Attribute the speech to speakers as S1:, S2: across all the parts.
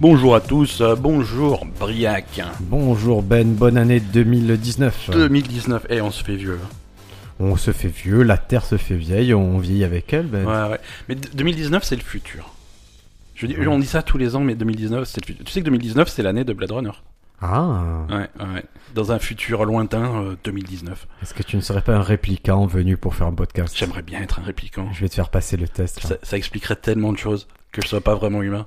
S1: Bonjour à tous, euh, bonjour Briac.
S2: Bonjour Ben, bonne année 2019.
S1: 2019, et eh, on se fait vieux.
S2: On se fait vieux, la Terre se fait vieille, on vieillit avec elle, Ben.
S1: Ouais, ouais. Mais d- 2019, c'est le futur. Je dis, On dit ça tous les ans, mais 2019, c'est le futur. Tu sais que 2019, c'est l'année de Blade Runner.
S2: Ah,
S1: Ouais, ouais. Dans un futur lointain, euh, 2019.
S2: est-ce que tu ne serais pas un réplicant venu pour faire un podcast
S1: J'aimerais bien être un répliquant.
S2: Je vais te faire passer le test. là.
S1: Ça, ça expliquerait tellement de choses que je sois pas vraiment humain.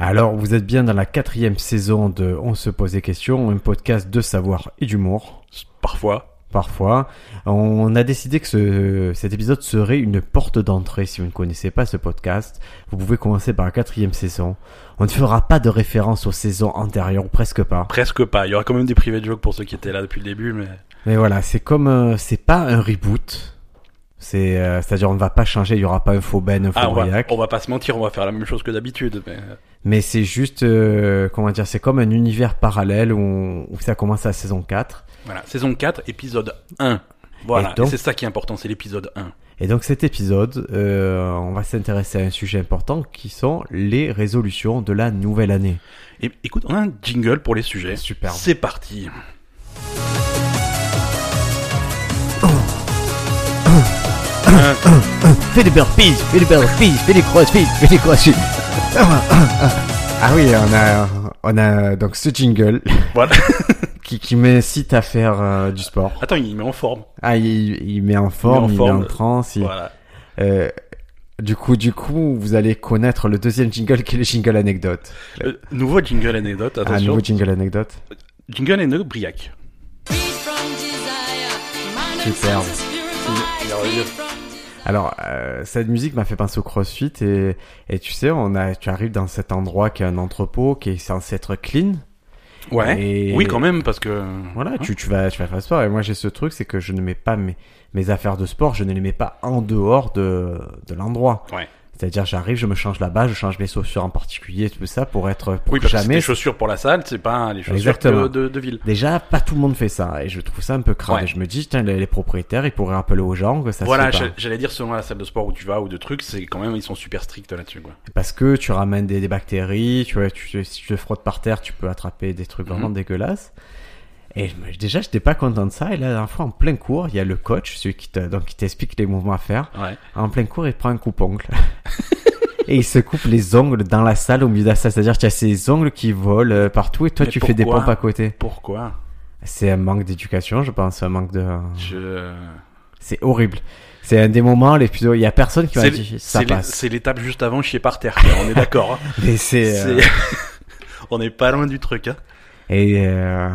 S2: Alors, vous êtes bien dans la quatrième saison de On se pose des questions, un podcast de savoir et d'humour.
S1: Parfois.
S2: Parfois, on a décidé que ce- cet épisode serait une porte d'entrée. Si vous ne connaissez pas ce podcast, vous pouvez commencer par la quatrième saison. On ne fera pas de référence aux saisons antérieures, ou presque pas.
S1: Presque pas. Il y aura quand même des privés de jokes pour ceux qui étaient là depuis le début, mais.
S2: Mais voilà, c'est comme euh, c'est pas un reboot. C'est euh, c'est-à-dire on ne va pas changer, il y aura pas un faux Ben, un faux
S1: Ah, on va,
S2: Briac.
S1: on va pas se mentir, on va faire la même chose que d'habitude. Mais... euh,
S2: mais c'est juste euh, comment dire, c'est comme un univers parallèle où, on- où ça commence à la saison 4.
S1: Voilà, saison 4, épisode 1. Voilà,
S2: Et donc-
S1: et c'est ça qui est important, c'est l'épisode 1.
S2: Et donc cet épisode, euh, on va s'intéresser à un sujet important qui sont les résolutions de la nouvelle année.
S1: Et, écoute, on a un jingle pour les sujets.
S2: Superbe.
S1: C'est parti.
S2: Fais des burpees, fais des burpees, fais des crossfit, fais des crossfit. Ah oui, on a on a donc ce jingle
S1: Voilà.
S2: qui qui m'incite à faire euh, du sport.
S1: Attends, il met en forme.
S2: Ah, il, il met en forme, il,
S1: forme.
S2: met en transe. il-
S1: Voilà.
S2: Euh, du coup, du coup, vous allez connaître le deuxième jingle qui est le jingle anecdote.
S1: Euh, nouveau jingle anecdote,
S2: Ah, Un
S1: attention.
S2: nouveau jingle anecdote.
S1: Jingle anecdote, Briac.
S2: Superbe.
S3: Superbe.
S1: Il- il aurait dû-
S2: Alors, euh, cette musique m'a fait penser au CrossFit et, et tu sais, on a, tu arrives dans cet endroit qui est un entrepôt qui est censé être clean.
S1: Ouais.
S2: Et-
S1: Oui, quand même, parce que.
S2: Voilà,
S1: Hein
S2: tu, tu vas, tu vas faire sport. Et moi, j'ai ce truc, c'est que je ne mets pas mes, mes affaires de sport, je ne les mets pas en dehors de, de l'endroit.
S1: Ouais.
S2: C'est-à-dire, j'arrive, je me change là-bas, je change mes chaussures en particulier, tout ça, pour être, pour
S1: Oui,
S2: que
S1: parce que c'est
S2: jamais
S1: des chaussures pour la salle, c'est pas les chaussures
S2: Exactement.
S1: de, de, de ville.
S2: Déjà, pas tout le monde fait ça, et je trouve ça un peu crade.
S1: Ouais.
S2: Et je me dis, tiens, les, les propriétaires, ils pourraient rappeler aux gens que ça
S1: voilà,
S2: se fait
S1: j'a-
S2: pas.
S1: j'allais dire selon la salle de sport où tu vas ou de trucs, c'est quand même, ils sont super stricts là-dessus, quoi.
S2: Parce que tu ramènes des, des bactéries, tu vois, tu, si tu te frottes par terre, tu peux attraper des trucs vraiment
S1: Mhm.
S2: dégueulasses. Et je me- déjà, j'étais pas content de ça, et là, la dernière fois, en plein cours, il y a le coach, celui qui te- donc, qui t'explique les mouvements à faire.
S1: Ouais.
S2: En plein cours, il prend un coupe-ongle. et il se coupe les ongles dans la salle, au milieu de la salle. C'est-à-dire, tu as ces ongles qui volent euh, partout, et toi,
S1: Mais
S2: tu fais des
S1: pourquoi
S2: pompes à côté.
S1: Pourquoi
S2: C'est un manque d'éducation, je pense, un manque de...
S1: Je.
S2: C'est horrible. C'est un des moments les plus. Il y a personne qui m'a
S1: C'est
S2: dit
S1: l'é-
S2: ça
S1: c'est l'é-
S2: passe.
S1: c'est l'étape juste avant chier par terre, quoi, on est d'accord. hein.
S2: Mais c'est. euh,
S1: C'est- on n'est pas loin du truc. Hein.
S2: Et. euh,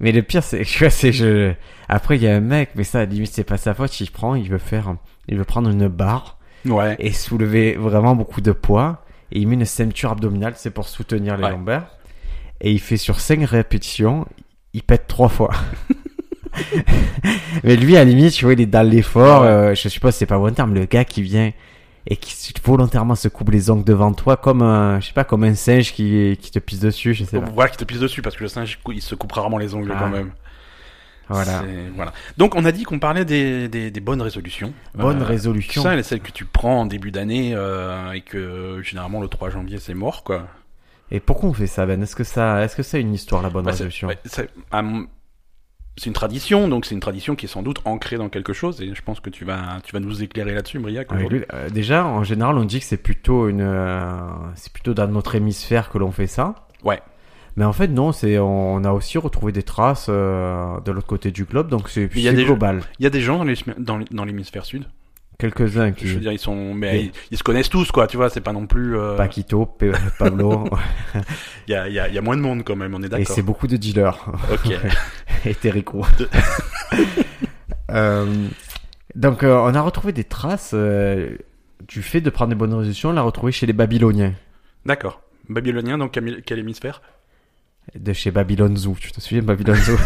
S2: Mais le pire, c'est tu vois, c'est je. Après, il y a un mec, mais ça, limite, c'est pas sa faute. Il prend, il veut faire, il veut prendre une barre
S1: Ouais.
S2: et soulever vraiment beaucoup de poids. Et il met une ceinture abdominale, c'est pour soutenir les
S1: Ouais.
S2: lombaires. Et il fait sur cinq répétitions, il pète trois fois. Mais lui, à la limite, tu vois, il est dans l'effort.
S1: Ouais.
S2: euh, je suppose, c'est pas bon terme, le gars qui vient et qui volontairement se coupe les ongles devant toi, comme un, je sais pas, comme un singe qui, qui te pisse dessus, je sais pas.
S1: Voilà qui te pisse dessus parce que le singe cou- il se coupe rarement les ongles
S2: Ah,
S1: quand même.
S2: Voilà.
S1: C'est- voilà. Donc on a dit qu'on parlait des, des, des bonnes résolutions.
S2: Bonne
S1: Euh,
S2: résolution.
S1: Ça, celle que tu prends en début d'année euh, et que euh, généralement le 3 janvier c'est mort quoi.
S2: Et pourquoi on fait ça, Ben Est-ce que ça, est-ce que c'est une histoire la bonne
S1: Bah, c'est-
S2: résolution
S1: ouais, c'est à mon- c'est une tradition, donc c'est une tradition qui est sans doute ancrée dans quelque chose et je pense que tu vas, tu vas nous éclairer là-dessus, Briac.
S2: Ouais,
S1: aujourd'hui.
S2: lui, euh, déjà, en général, on dit que c'est plutôt une, euh, c'est plutôt dans notre hémisphère que l'on fait ça.
S1: Ouais.
S2: Mais en fait, non, c'est, on, on a aussi retrouvé des traces euh, de l'autre côté du globe, donc c'est,
S1: Il y a
S2: c'est
S1: des-
S2: global.
S1: Il y a des gens dans l'hémisphère dans l'hé- dans l'hémisphère sud
S2: Quelques-uns
S1: Je veux
S2: qui,
S1: dire, ils sont, mais
S2: Des-
S1: ils, ils se connaissent tous, quoi. Tu vois, c'est pas non plus. euh,
S2: Paquito, Pe- Pablo,
S1: Il y a, il y a- il y a moins de monde quand même. On est
S2: et
S1: d'accord.
S2: c'est beaucoup de dealers
S1: Ok.
S2: et Terrico.
S1: De-
S2: Euh, donc, euh, on a retrouvé des traces euh, du fait de prendre des bonnes résolutions. On l'a retrouvé chez les Babyloniens,
S1: D'accord. Babylonien, donc quel quel hémisphère
S2: de chez Babylon Zoo. Tu te souviens de Babylon Zoo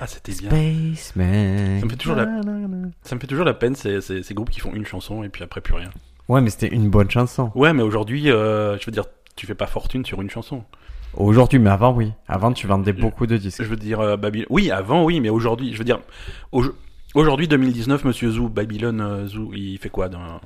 S1: Ah, c'était bien.
S2: Spaceman.
S1: Ça me fait toujours la-
S2: Nanana.
S1: Ça me fait toujours la peine ces, ces, ces groupes qui font une chanson et puis après plus rien.
S2: Ouais, mais c'était une bonne chanson.
S1: Ouais, mais aujourd'hui, euh, je veux dire, tu fais pas fortune sur une chanson.
S2: Aujourd'hui, mais avant, oui. Avant, tu vendais beaucoup de disques.
S1: Je veux dire, euh, Baby- Oui, avant, oui, mais aujourd'hui, je veux dire, au- aujourd'hui 2019, Monsieur Zou, Babylone euh, Zou, il fait quoi dans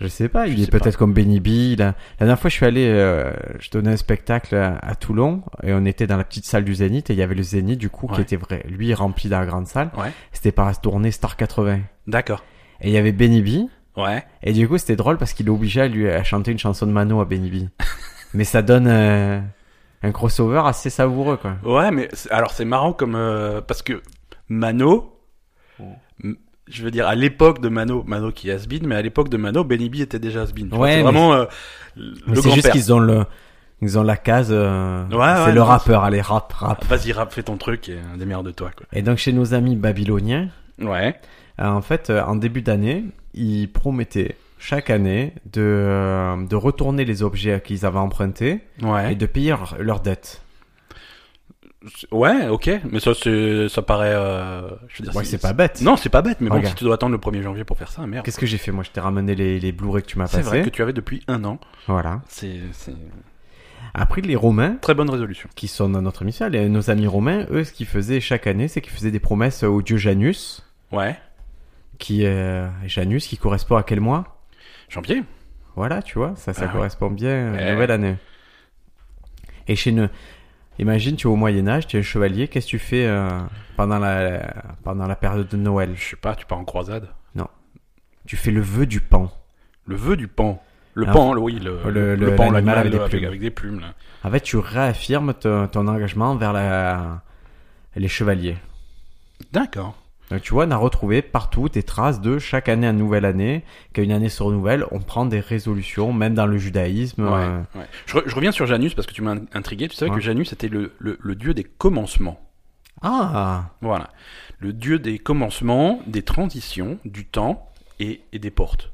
S2: Je sais pas,
S1: Je
S2: il est
S1: sais pas.
S2: peut-être comme Benny B. La, la dernière fois, je suis allé, euh, je donnais un spectacle à, à Toulon et on était dans la petite salle du Zénith et il y avait le Zénith du coup qui
S1: Ouais.
S2: était vrai, lui rempli dans la grande salle.
S1: Ouais.
S2: C'était par la tournée Star 80 et
S1: D'accord.
S2: il y avait Benny B.
S1: Ouais.
S2: Et du coup, c'était drôle parce qu'il obligé à lui à chanter une chanson de Mano à Benny B. Mais ça donne euh, un crossover assez savoureux quoi.
S1: Ouais, mais c'est- alors c'est marrant comme euh, parce que Mano,
S2: Ouais.
S1: m- je veux dire à l'époque de Mano, Mano qui est has been, mais à l'époque de Mano, Benny B était déjà has been. Tu vois,
S2: Ouais,
S1: c'est
S2: mais
S1: vraiment euh,
S2: Mais
S1: le
S2: C'est juste
S1: grand-père.
S2: qu'ils ont le, ils ont la case. euh,
S1: Ouais, ouais,
S2: c'est le
S1: non,
S2: rappeur, allez rap rap.
S1: Ah, Vas-y, rap, fais ton truc et euh, démerde-toi quoi.
S2: Et donc chez nos amis babyloniens.
S1: Ouais.
S2: Euh, En fait, euh, en début d'année, ils promettaient chaque année de, euh, de retourner les objets qu'ils avaient empruntés et
S1: Ouais.
S2: de payer leur- leurs dettes.
S1: Ouais, ok. Mais ça, c'est, ça paraît. euh, je veux dire,
S2: Ouais, c'est pas bête.
S1: Non, c'est pas bête, mais bon,
S2: Regarde.
S1: si tu dois attendre le 1er janvier pour faire ça, merde.
S2: Qu'est-ce que j'ai fait Moi, je t'ai ramené les, les Blu-ray que tu m'as
S1: C'est
S2: passé.
S1: vrai que tu avais depuis un an.
S2: Voilà.
S1: C'est, c'est une
S2: Après, les Romains,
S1: très bonne résolution.
S2: qui sont dans notre mission, les- nos amis Romains, eux, ce qu'ils faisaient chaque année, c'est qu'ils faisaient des promesses au dieu Janus,
S1: Ouais.
S2: qui euh, Janus, qui correspond à quel mois
S1: Janvier.
S2: Voilà, tu vois, ça, ça
S1: Ah ouais. Eh
S2: correspond bien à la
S1: Ouais.
S2: nouvelle année. Et chez nous, imagine, tu es au Moyen-Âge, tu es un chevalier, qu'est-ce que tu fais euh, pendant, la, pendant la période de Noël
S1: Je sais pas, tu pars en croisade.
S2: Tu fais le vœu du pan.
S1: Le vœu du pan. Le
S2: Ah,
S1: pan, le, oui, le,
S2: le- le-
S1: pan,
S2: l'animal avec des
S1: avec,
S2: plumes.
S1: avec des plumes. Là.
S2: En fait, tu réaffirmes ton, ton engagement vers la, les chevaliers.
S1: D'accord.
S2: Donc, tu vois, on a retrouvé partout des traces de chaque année à nouvelle année, qu'à une année sur nouvelle, on prend des résolutions, même dans le judaïsme.
S1: Ouais,
S2: euh,
S1: ouais. Je, re- je reviens sur Janus parce que tu m'as in- intrigué. Tu savais
S2: Ouais.
S1: que Janus était le, le, le dieu des commencements.
S2: Ah
S1: Voilà. Le dieu des commencements, des transitions, du temps et, et des portes.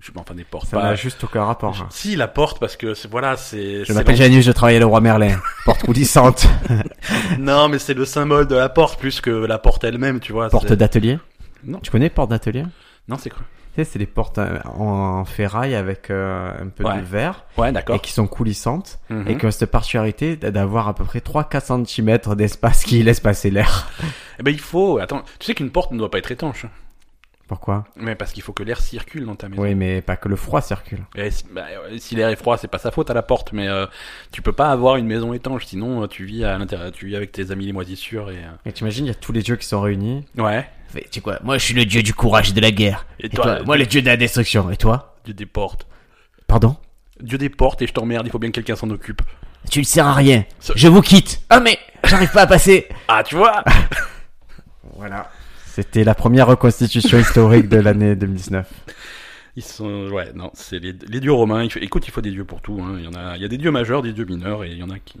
S1: Je, enfin, des portes.
S2: Ça
S1: pas-
S2: n'a juste aucun rapport.
S1: Si, la porte, parce que c'est- voilà, c'est.
S2: Je
S1: c'est
S2: m'appelle Janus, je travaille à le roi Merlin. Porte coulissante.
S1: le- Non, mais c'est le symbole de la porte plus que la porte elle-même, tu vois.
S2: Porte
S1: c'est-
S2: d'atelier
S1: Non.
S2: Tu connais porte d'atelier
S1: Non, c'est quoi
S2: Tu sais, c'est les portes euh, en ferraille avec euh, un peu
S1: Ouais.
S2: de verre
S1: Ouais,
S2: et
S1: d'accord.
S2: qui sont coulissantes
S1: Mhm.
S2: et qui ont cette particularité d'avoir à peu près 3-4 cm d'espace qui laisse passer l'air.
S1: Eh ben, il faut. Attends, tu sais qu'une porte ne doit pas être étanche.
S2: Pourquoi
S1: Mais parce qu'il faut que l'air circule dans ta maison.
S2: Oui, mais pas que le froid circule.
S1: Et si bah, euh, si l'air est froid, c'est pas sa faute à la porte, mais euh, tu peux pas avoir une maison étanche, sinon euh, tu vis à l'intérieur, tu vis avec tes amis les moisissures et. euh,
S2: Et t'imagines, il y a tous les dieux qui sont réunis.
S1: Ouais.
S2: Fait, Tu sais quoi Moi, je suis le dieu du courage et de la guerre.
S1: Et
S2: Et
S1: toi,
S2: toi, euh, Moi,
S1: dieu-
S2: le dieu de la destruction. Et toi
S1: Dieu des portes.
S2: Pardon
S1: Dieu des portes et je t'emmerde, il faut bien que quelqu'un s'en occupe.
S2: Tu ne sers à rien.
S1: Ce-
S2: Je vous quitte. Ah, mais j'arrive pas à passer.
S1: Ah, tu vois
S2: Voilà. C'était la première reconstitution historique de l'année 2019.
S1: Ils sont. Ouais, non, c'est les, les dieux romains. Il faut- écoute, il faut des dieux pour tout. hein. Il, y en a, il y a des dieux majeurs, des dieux mineurs, et il y en a qui.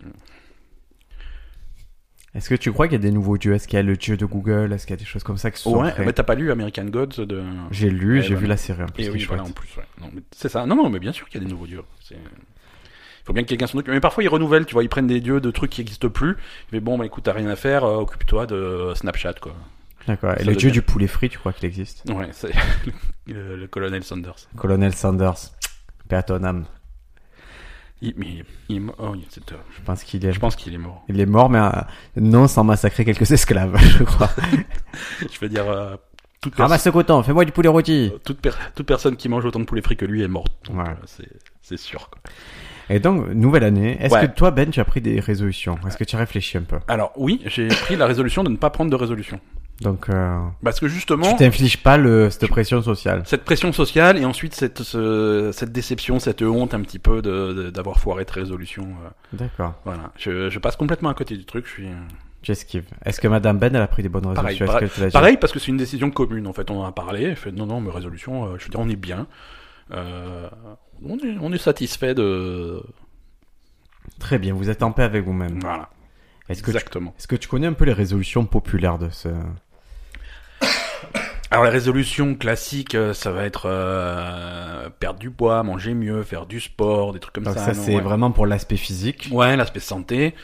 S2: Est-ce que tu crois qu'il y a des nouveaux dieux Est-ce qu'il y a le dieu de Google Est-ce qu'il y a des choses comme ça qui se sont
S1: Ouais,
S2: créées
S1: mais t'as pas lu American Gods de.
S2: J'ai lu,
S1: Eh
S2: j'ai
S1: voilà.
S2: vu la série en plus.
S1: Et
S2: c'est
S1: oui,
S2: chouette.
S1: voilà, en plus, ouais. Non, mais C'est ça. Non, non, mais bien sûr qu'il y a des nouveaux dieux. C'est- Il faut bien que quelqu'un s'en occupe. Mais parfois, ils renouvellent, tu vois, ils prennent des dieux de trucs qui n'existent plus. Mais bon, bah, écoute, t'as rien à faire, euh, occupe-toi de Snapchat, quoi.
S2: D'accord. Et
S1: Ça
S2: le
S1: devient-
S2: dieu du poulet frit, tu crois qu'il existe
S1: Ouais, c'est le, le colonel Sanders.
S2: Colonel Sanders. Paix à ton âme.
S1: Il, mais il est mo- oh, il- c'est, euh,
S2: Je pense qu'il est.
S1: je pense qu'il est mort.
S2: Il est mort, mais euh, non sans massacrer quelques esclaves, je crois.
S1: Je veux dire, euh, toute, perso-
S2: Ramasse ce coton, fais-moi du poulet rôti.
S1: euh, toute, per- toute personne qui mange autant de poulet frit que lui est morte. Donc,
S2: Ouais.
S1: euh, c'est, c'est sûr, quoi.
S2: Et donc, nouvelle année. Est-ce
S1: Ouais.
S2: que toi, Ben, tu as pris des résolutions Est-ce que tu as réfléchi un peu
S1: Alors, oui, j'ai pris la résolution de ne pas prendre de résolution.
S2: Donc, euh,
S1: Parce que justement.
S2: tu t'infliges pas le, cette pression sociale.
S1: cette pression sociale et ensuite cette, ce- cette déception, cette honte un petit peu de- de- d'avoir foiré de résolution. euh,
S2: D'accord.
S1: voilà, je, je passe complètement à côté du truc. Je suis
S2: Tu esquives. Est-ce que Madame Ben, elle a pris des bonnes
S1: Pareil,
S2: résolutions Est-ce
S1: pareil-
S2: que tu l'as
S1: pareil parce que c'est une décision commune. En fait, on en a parlé. elle Fait, non, non, mes résolutions, euh, je veux dire, on est bien. Euh, on est, on est satisfait de
S2: déjà- Très bien, vous êtes en paix avec vous-même.
S1: voilà
S2: Est-ce que tu
S1: exactement.
S2: Est-ce que tu connais un peu les résolutions populaires de ce...
S1: Alors les résolutions classiques, euh, ça va être euh, perdre du poids, manger mieux, faire du sport, des trucs comme
S2: Donc ça,
S1: ça. non,
S2: c'est
S1: ouais.
S2: vraiment pour l'aspect physique.
S1: Ouais, l'aspect santé.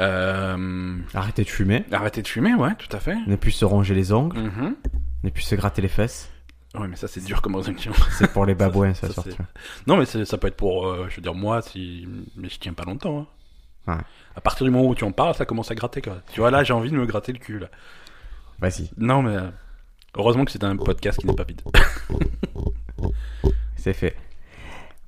S1: Euh,
S2: Arrêter de fumer,
S1: arrêter de fumer, ouais, tout à fait.
S2: ne plus se ronger les ongles,
S1: Mhm.
S2: ne plus se gratter les fesses.
S1: Ouais, mais ça c'est dur comme résolution.
S2: C'est pour les babouins, ça,
S1: ça,
S2: surtout.
S1: non, mais c'est- ça peut être pour, euh, je veux dire, moi, si, mais je tiens pas longtemps. hein.
S2: Ouais.
S1: À partir du moment où tu en parles, ça commence à gratter. Quoi. Tu vois, là, j'ai envie de me gratter le cul. Là.
S2: Vas-y.
S1: Non, mais euh, heureusement que c'est un podcast qui n'est pas vide.
S2: C'est fait.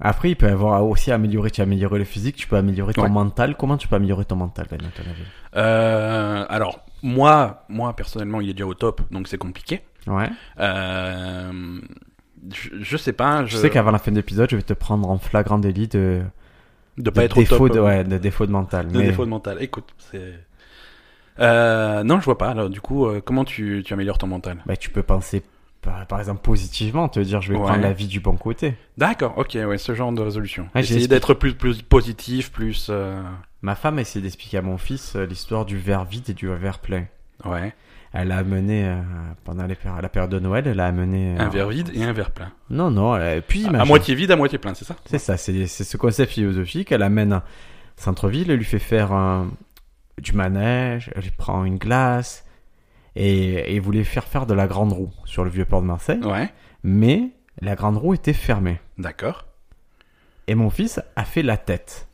S2: Après, il peut y avoir aussi améliorer. Tu as amélioré le physique, tu peux améliorer ton
S1: Ouais.
S2: mental. Comment tu peux améliorer ton mental, Daniel, à ton avis
S1: Euh, alors, moi, moi, personnellement, il est déjà au top, donc c'est compliqué.
S2: Ouais.
S1: Euh, je, je sais pas.
S2: Je
S1: Je,
S2: sais qu'avant la fin de l'épisode, je vais te prendre en flagrant délit de,
S1: de pas
S2: de
S1: être au
S2: défaut,
S1: top.
S2: de, ouais, de défaut de mental.
S1: de
S2: mais-
S1: défaut de mental. Écoute, c'est. Euh, non, je vois pas. Alors, du coup, euh, comment tu, tu améliores ton mental
S2: bah, tu peux penser, par, par exemple, positivement, te dire je vais
S1: Ouais.
S2: prendre la vie du bon côté.
S1: D'accord, ok, ouais, ce genre de résolution.
S2: Ouais, j'ai
S1: Essayer d'être plus, plus positif, plus. euh,
S2: Ma femme a essayé d'expliquer à mon fils euh, l'histoire du verre vide et du verre plein.
S1: Ouais,
S2: Elle a amené, euh, pendant les péri- la période de Noël, elle a amené... euh,
S1: un verre vide et un verre plein.
S2: Non, non, elle a- puis
S1: À-
S2: imagine-
S1: À moitié vide, à moitié plein, c'est ça
S2: C'est ça, c'est c'est ce concept philosophique. Elle amène un centre-ville, elle lui fait faire un- du manège, elle lui prend une glace, et, et voulait faire faire de la grande roue sur le vieux port de Marseille.
S1: Ouais,
S2: Mais la grande roue était fermée.
S1: d'accord.
S2: Et mon fils a fait la tête.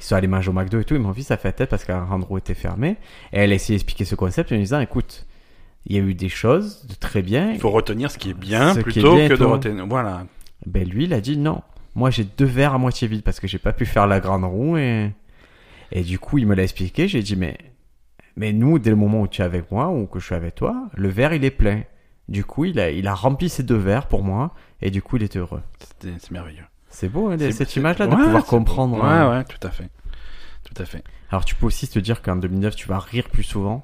S2: Ils sont allés manger au McDo et tout, et mon fils a fait la tête parce qu'un rendez-vous était fermé. Et elle a essayé d'expliquer ce concept en lui disant, écoute, il y a eu des choses de très bien.
S1: Il faut retenir ce qui est bien
S2: Ce qui est
S1: plutôt
S2: bien,
S1: que de
S2: toi.
S1: retenir. Voilà.
S2: Ben lui, il a dit non. Moi, j'ai deux verres à moitié vides parce que j'ai pas pu faire la grande roue et... Et du coup, il me l'a expliqué, j'ai dit, mais... Mais nous, dès le moment où tu es avec moi ou que je suis avec toi, le verre, il est plein. Du coup, il a, il a rempli ses deux verres pour moi et du coup, il est heureux.
S1: C'était- C'est merveilleux.
S2: C'est beau, hein,
S1: C'est-
S2: cette
S1: c'est-
S2: image-là, de
S1: ouais,
S2: pouvoir
S1: c'est beau.
S2: comprendre.
S1: Ouais,
S2: hein.
S1: ouais, tout à fait. Tout à fait.
S2: Alors tu peux aussi te dire qu'en 2009 tu vas rire plus souvent.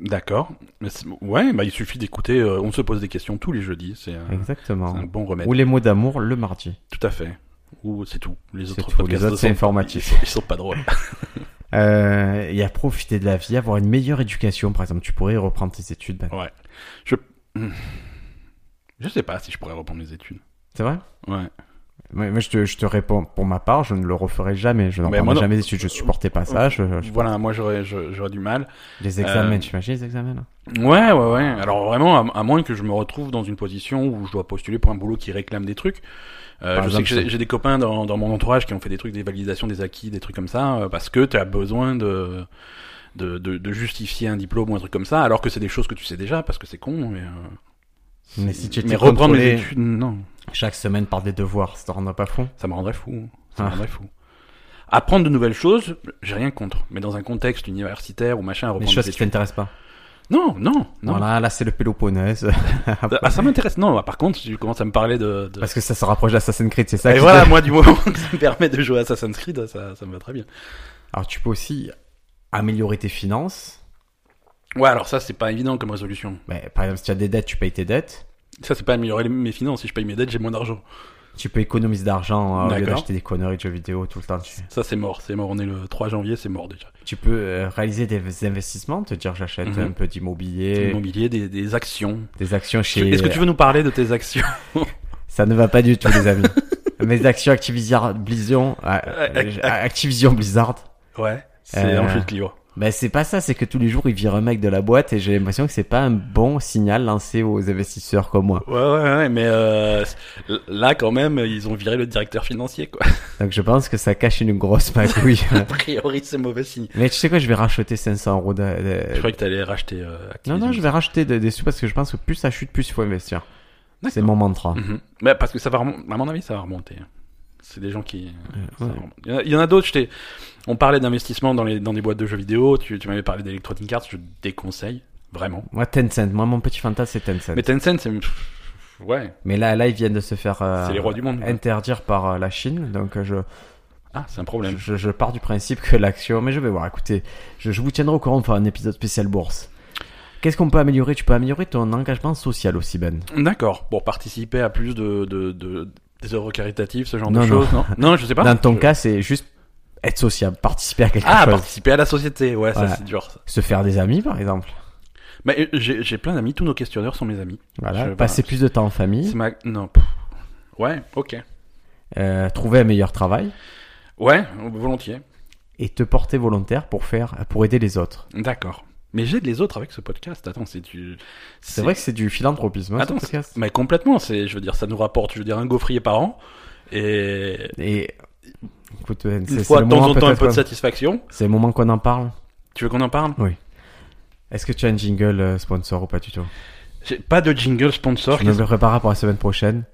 S1: D'accord. Mais c'est- Ouais, bah, il suffit d'écouter. euh, on se pose des questions tous les jeudis. C'est un,
S2: Exactement.
S1: c'est un bon remède.
S2: Ou les mots d'amour le mardi.
S1: Tout à fait. Ou c'est tout. Les
S2: C'est
S1: autres
S2: tout.
S1: podcasts
S2: Les autres, c'est
S1: sont-
S2: informatif.
S1: Ils sont, ils sont pas drôles.
S2: Euh, et à profiter de la vie, avoir une meilleure éducation par exemple. Tu pourrais reprendre tes études. Ben.
S1: Ouais. Je. Je sais pas si je pourrais reprendre mes études.
S2: C'est vrai
S1: Ouais.
S2: Ouais, moi je te, je te réponds pour ma part, je ne le referai jamais. Je n'en
S1: Mais moi,
S2: prendrai
S1: non.
S2: jamais d'études. Je supportais pas ça. Je, je-
S1: Voilà, moi j'aurais je- j'aurais du mal.
S2: Les examens,
S1: Euh,
S2: tu imagines les examens là
S1: Ouais, ouais, ouais. Alors vraiment, à, à moins que je me retrouve dans une position où je dois postuler pour un boulot qui réclame des trucs. Euh,
S2: Par
S1: je sais
S2: exemple,
S1: que
S2: ça.
S1: j'ai- j'ai des copains dans, dans mon entourage qui ont fait des trucs, des validations des acquis, des trucs comme ça, euh, parce que tu as besoin de, de, de, de justifier un diplôme ou un truc comme ça, alors que c'est des choses que tu sais déjà, parce que c'est con. Mais, euh,
S2: Mais si tu étais
S1: mais reprendre
S2: contrôlé
S1: les études, non,
S2: chaque semaine par des devoirs, ça te rendra pas fou.
S1: ça me rendrait fou. Ça
S2: Ah.
S1: me rendrait fou. Apprendre de nouvelles choses, j'ai rien contre. Mais dans un contexte universitaire ou machin,
S2: Des
S1: reprendre
S2: choses
S1: des
S2: qui
S1: études.
S2: t'intéressent pas.
S1: Non, non, non.
S2: Voilà, là c'est le Péloponnèse.
S1: Ah, ça m'intéresse. Non, par contre, tu commences à me parler de- de,
S2: Parce que ça se rapproche d'Assassin's Creed, c'est ça.
S1: Et
S2: qui-
S1: voilà, moi, du moment que ça me permet de jouer à Assassin's Creed, ça, ça me va très bien.
S2: Alors tu peux aussi améliorer tes finances.
S1: Ouais, alors ça, c'est pas évident comme résolution.
S2: Ben, par exemple, si tu as des dettes, tu payes tes dettes.
S1: Ça, c'est pas améliorer les- mes finances. Si je paye mes dettes, j'ai moins d'argent.
S2: Tu peux économiser d'argent hein, au lieu
S1: D'accord.
S2: d'acheter des conneries de jeux vidéo tout le temps. Tu,
S1: Ça, c'est mort. C'est mort. On est le 3 janvier, c'est mort déjà.
S2: tu peux euh, réaliser des investissements, te dire j'achète
S1: Mhm.
S2: un peu d'immobilier,
S1: L'immobilier, des, des actions.
S2: des actions
S1: Tu-
S2: chez... euh,
S1: Est-ce que tu veux nous parler de tes actions
S2: Ça ne va pas du tout, les amis. Mes actions Activision Blizzard, euh, euh, Activision Blizzard,
S1: Ouais. C'est
S2: Euh,
S1: en chute libre.
S2: ben c'est pas ça, c'est que tous les jours ils virent un mec de la boîte et j'ai l'impression que c'est pas un bon signal lancé aux investisseurs comme moi.
S1: Ouais, ouais, ouais. Mais euh, là, quand même, ils ont viré le directeur financier, quoi.
S2: Donc je pense que ça cache une grosse magouille.
S1: A priori, c'est mauvais signe.
S2: Mais tu sais quoi, je vais racheter 500 euros de- de,
S1: Je croyais que t'allais racheter euh,
S2: Non,
S1: Activision.
S2: non, je vais racheter des, des sous parce que je pense que plus ça chute, plus il faut investir.
S1: D'accord.
S2: C'est mon mantra.
S1: Mhm. Bah, parce que ça va remon- à mon avis, ça va remonter. C'est des gens qui. ça
S2: ouais.
S1: va remonter. Il y en a- Il y en a d'autres. je t'ai- On parlait d'investissement dans, les... dans des boîtes de jeux vidéo. Tu, tu m'avais parlé d'Electronic Arts. Je déconseille. Vraiment.
S2: Moi, Tencent, moi, mon petit fantasme, c'est Tencent.
S1: Mais
S2: Mais,
S1: Tencent, c'est. pff, Ouais.
S2: là, là, ils viennent de se faire euh,
S1: C'est les rois du monde, quoi.
S2: interdire par euh, la Chine. Donc, euh, je,
S1: Ah, c'est un problème.
S2: je, je pars du principe que l'action. Mais je vais voir, écoutez, je, je vous tiendrai au courant pour un épisode spécial bourse. Qu'est-ce qu'on peut améliorer Tu peux améliorer ton engagement social aussi, Ben.
S1: D'accord. Pour participer à plus de. de, de- Des œuvres caritatives, ce genre
S2: Non,
S1: de
S2: non.
S1: choses, non Non, je sais pas.
S2: Dans ton
S1: Ah, Je-
S2: cas, c'est juste être sociable, participer à quelque
S1: Ah,
S2: chose.
S1: participer à la société, ouais,
S2: Voilà.
S1: ça c'est dur. ça.
S2: Se faire des amis, par exemple.
S1: Mais euh, j'ai j'ai plein d'amis, tous nos questionneurs sont mes amis.
S2: Voilà.
S1: Je-
S2: Passer
S1: voilà.
S2: plus de temps en famille.
S1: C'est ma. Non. pff. Ouais, ok.
S2: euh, trouver un meilleur travail.
S1: Ouais, volontiers.
S2: et te porter volontaire pour faire pour aider les autres.
S1: D'accord. Mais j'aide les autres avec ce podcast. Attends, c'est Ah, du.
S2: C'est vrai que c'est du philanthropisme, hein, ce
S1: Attends,
S2: podcast.
S1: Mais complètement. C'est, je veux dire, ça nous rapporte, je veux dire, un gaufrier par an. Et
S2: Et écoute, Ben,
S1: une
S2: c'est c'est
S1: fois
S2: le
S1: de temps en
S2: moment
S1: temps un
S2: peut-être
S1: peu de
S2: qu'on-
S1: satisfaction.
S2: c'est le moment qu'on en parle.
S1: Tu veux qu'on en parle
S2: Est-ce que tu as un jingle euh, sponsor ou pas du tout
S1: J'ai pas de jingle sponsor.
S2: Je me le prépare pour la semaine prochaine.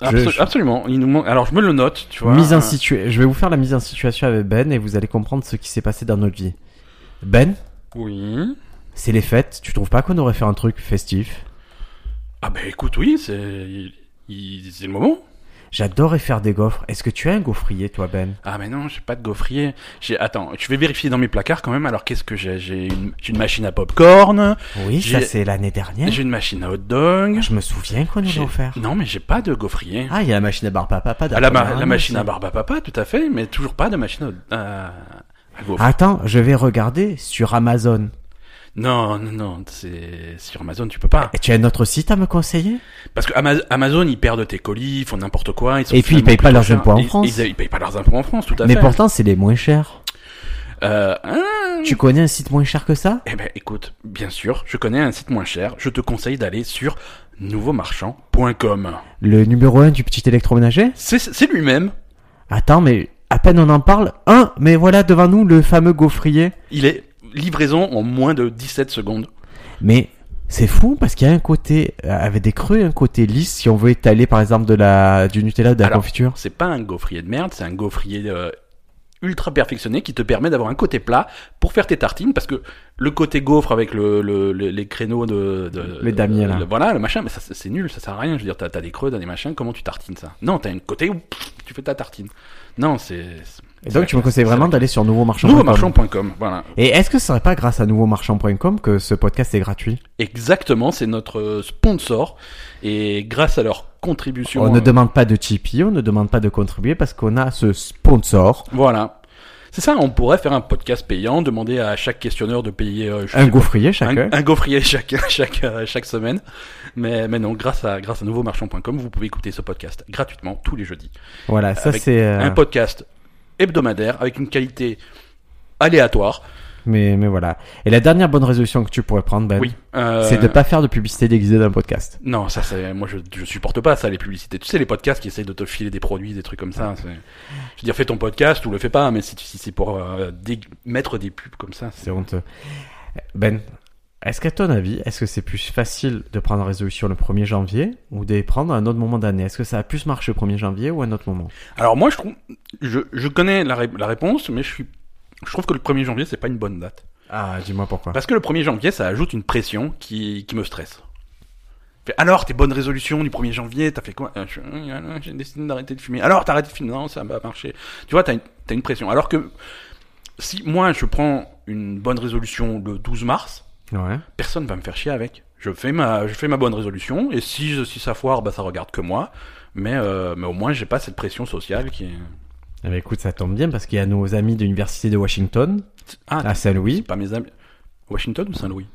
S1: Absol-
S2: je-
S1: Absolument. Il nous manque- Alors je me le note, tu vois.
S2: Mise
S1: Euh,
S2: en situa- Je vais vous faire la mise en situation avec Ben et vous allez comprendre ce qui s'est passé dans notre vie. Ben,
S1: Oui.
S2: c'est les fêtes. Tu trouves pas qu'on aurait fait un truc festif
S1: Ah bah écoute, oui, c'est il- il- c'est le moment.
S2: J'adorais faire des gaufres. Est-ce que tu as un gaufrier, toi, Ben
S1: Ah mais non, j'ai pas de gaufrier. J'ai attends, je vais vérifier dans mes placards quand même. Alors qu'est-ce que j'ai J'ai une... j'ai une machine à popcorn,
S2: Oui, ça
S1: J'ai-
S2: c'est l'année dernière.
S1: j'ai une machine à hot dog.
S2: Ah, Je me souviens qu'on nous
S1: j'ai-
S2: l'a offert.
S1: Non mais j'ai pas de gaufrier.
S2: Ah, il y a la machine à barbe à papa.
S1: Ah, la, ma-
S2: d'après moi,
S1: la machine à
S2: aussi.
S1: barbe à papa, tout à fait, mais toujours pas de machine à, hot- à... à gaufres.
S2: Attends, je vais regarder sur Amazon.
S1: Non, non, non, c'est sur Amazon, tu peux pas.
S2: Et tu as un autre site à me conseiller
S1: Parce que Ama- Amazon, ils perdent tes colis, ils font n'importe quoi. Ils sont
S2: Et puis, ils
S1: finalement
S2: payent pas
S1: plutôt
S2: leurs
S1: chers.
S2: impôts en
S1: Ils-
S2: France.
S1: Ils, ils payent pas leurs impôts en France, tout à
S2: Mais
S1: fait.
S2: pourtant, c'est les moins chers.
S1: Euh, hein
S2: Tu connais un site moins cher que ça
S1: Eh ben, écoute, bien sûr, je connais un site moins cher. Je te conseille d'aller sur nouveaumarchand.com.
S2: Le numéro 1 du petit électroménager
S1: C'est- C'est lui-même.
S2: Attends, mais à peine on en parle. Un, mais voilà devant nous le fameux gaufrier.
S1: Il est livraison en moins de 17 secondes.
S2: Mais c'est fou parce qu'il y a un côté euh, avec des creux, et un côté lisse si on veut étaler par exemple de la du Nutella ou de la
S1: Alors,
S2: confiture.
S1: C'est pas un gaufrier de merde, c'est un gaufrier euh, ultra perfectionné qui te permet d'avoir un côté plat pour faire tes tartines parce que le côté gaufre avec le, le- le- les créneaux de, de
S2: Les damiers, là.
S1: le- voilà le machin mais ça c'est c'est nul ça sert à rien je veux dire t'as t'as des creux t'as des machins comment tu tartines ça non t'as un côté où pff, tu fais ta tartine non c'est c'est-
S2: Et
S1: c'est la
S2: donc tu me
S1: classe,
S2: conseilles
S1: c'est
S2: vraiment
S1: la
S2: d'aller sur nouveaumarchand.com.
S1: nouveaumarchand.com voilà
S2: Et est-ce que ce serait pas grâce à nouveaumarchand.com que ce podcast est gratuit
S1: exactement c'est notre euh, sponsor et grâce à leur contribution
S2: On Oh, ne
S1: euh,
S2: demande pas de Tipeee, on ne demande pas de contribuer parce qu'on a ce sponsor,
S1: voilà c'est ça on pourrait faire un podcast payant demander à chaque questionneur de payer euh, je
S2: un
S1: sais
S2: gaufrier
S1: un,
S2: chacun.
S1: un gaufrier chaque, chaque, euh, chaque semaine. Mais, mais non, grâce à, grâce à nouveaumarchand.com, vous pouvez écouter ce podcast gratuitement tous les jeudis.
S2: Voilà, ça
S1: avec
S2: c'est. euh,
S1: Un podcast hebdomadaire avec une qualité aléatoire.
S2: mais mais voilà. Et la dernière bonne résolution que tu pourrais prendre, Ben,
S1: oui. euh,
S2: c'est de pas faire de publicité déguisée d'un podcast.
S1: Non, ça, c'est, moi, je, je supporte pas ça, les publicités. Tu sais, les podcasts qui essayent de te filer des produits, des trucs comme ça. c'est- Je veux dire, fais ton podcast ou le fais pas, mais si, tu- si c'est pour euh, dé- mettre des pubs comme ça, c'est...
S2: C'est honteux. Ben, est-ce qu'à ton avis, est-ce que c'est plus facile de prendre la résolution le 1er janvier ou de les prendre à un autre moment d'année Est-ce que ça a plus marché le 1er janvier ou à un autre moment
S1: Alors, moi, je trouve, je, je connais la, ré- la réponse, mais je suis, je trouve que le 1er janvier, c'est pas une bonne date.
S2: Ah, dis-moi pourquoi.
S1: Parce que le 1er janvier, ça ajoute une pression qui, qui me stresse. Fait, Alors, tes bonnes résolutions du 1er janvier, t'as fait quoi Euh, je- euh, J'ai décidé d'arrêter de fumer. Alors, t'as arrêté de fumer Non, ça va marcher. Tu vois, t'as une, t'as une pression. Alors que si moi, je prends une bonne résolution le 12 mars,
S2: Ouais.
S1: personne va me faire chier avec. Je fais ma, je fais ma bonne résolution, et si, je- si ça foire, bah, ça regarde que moi. Mais, euh, mais au moins, j'ai pas cette pression sociale qui est...
S2: Eh ben, écoute, ça tombe bien parce qu'il y a nos amis de l'université de Washington
S1: Ah,
S2: à Saint-Louis.
S1: c'est pas mes amis. Washington ou Saint-Louis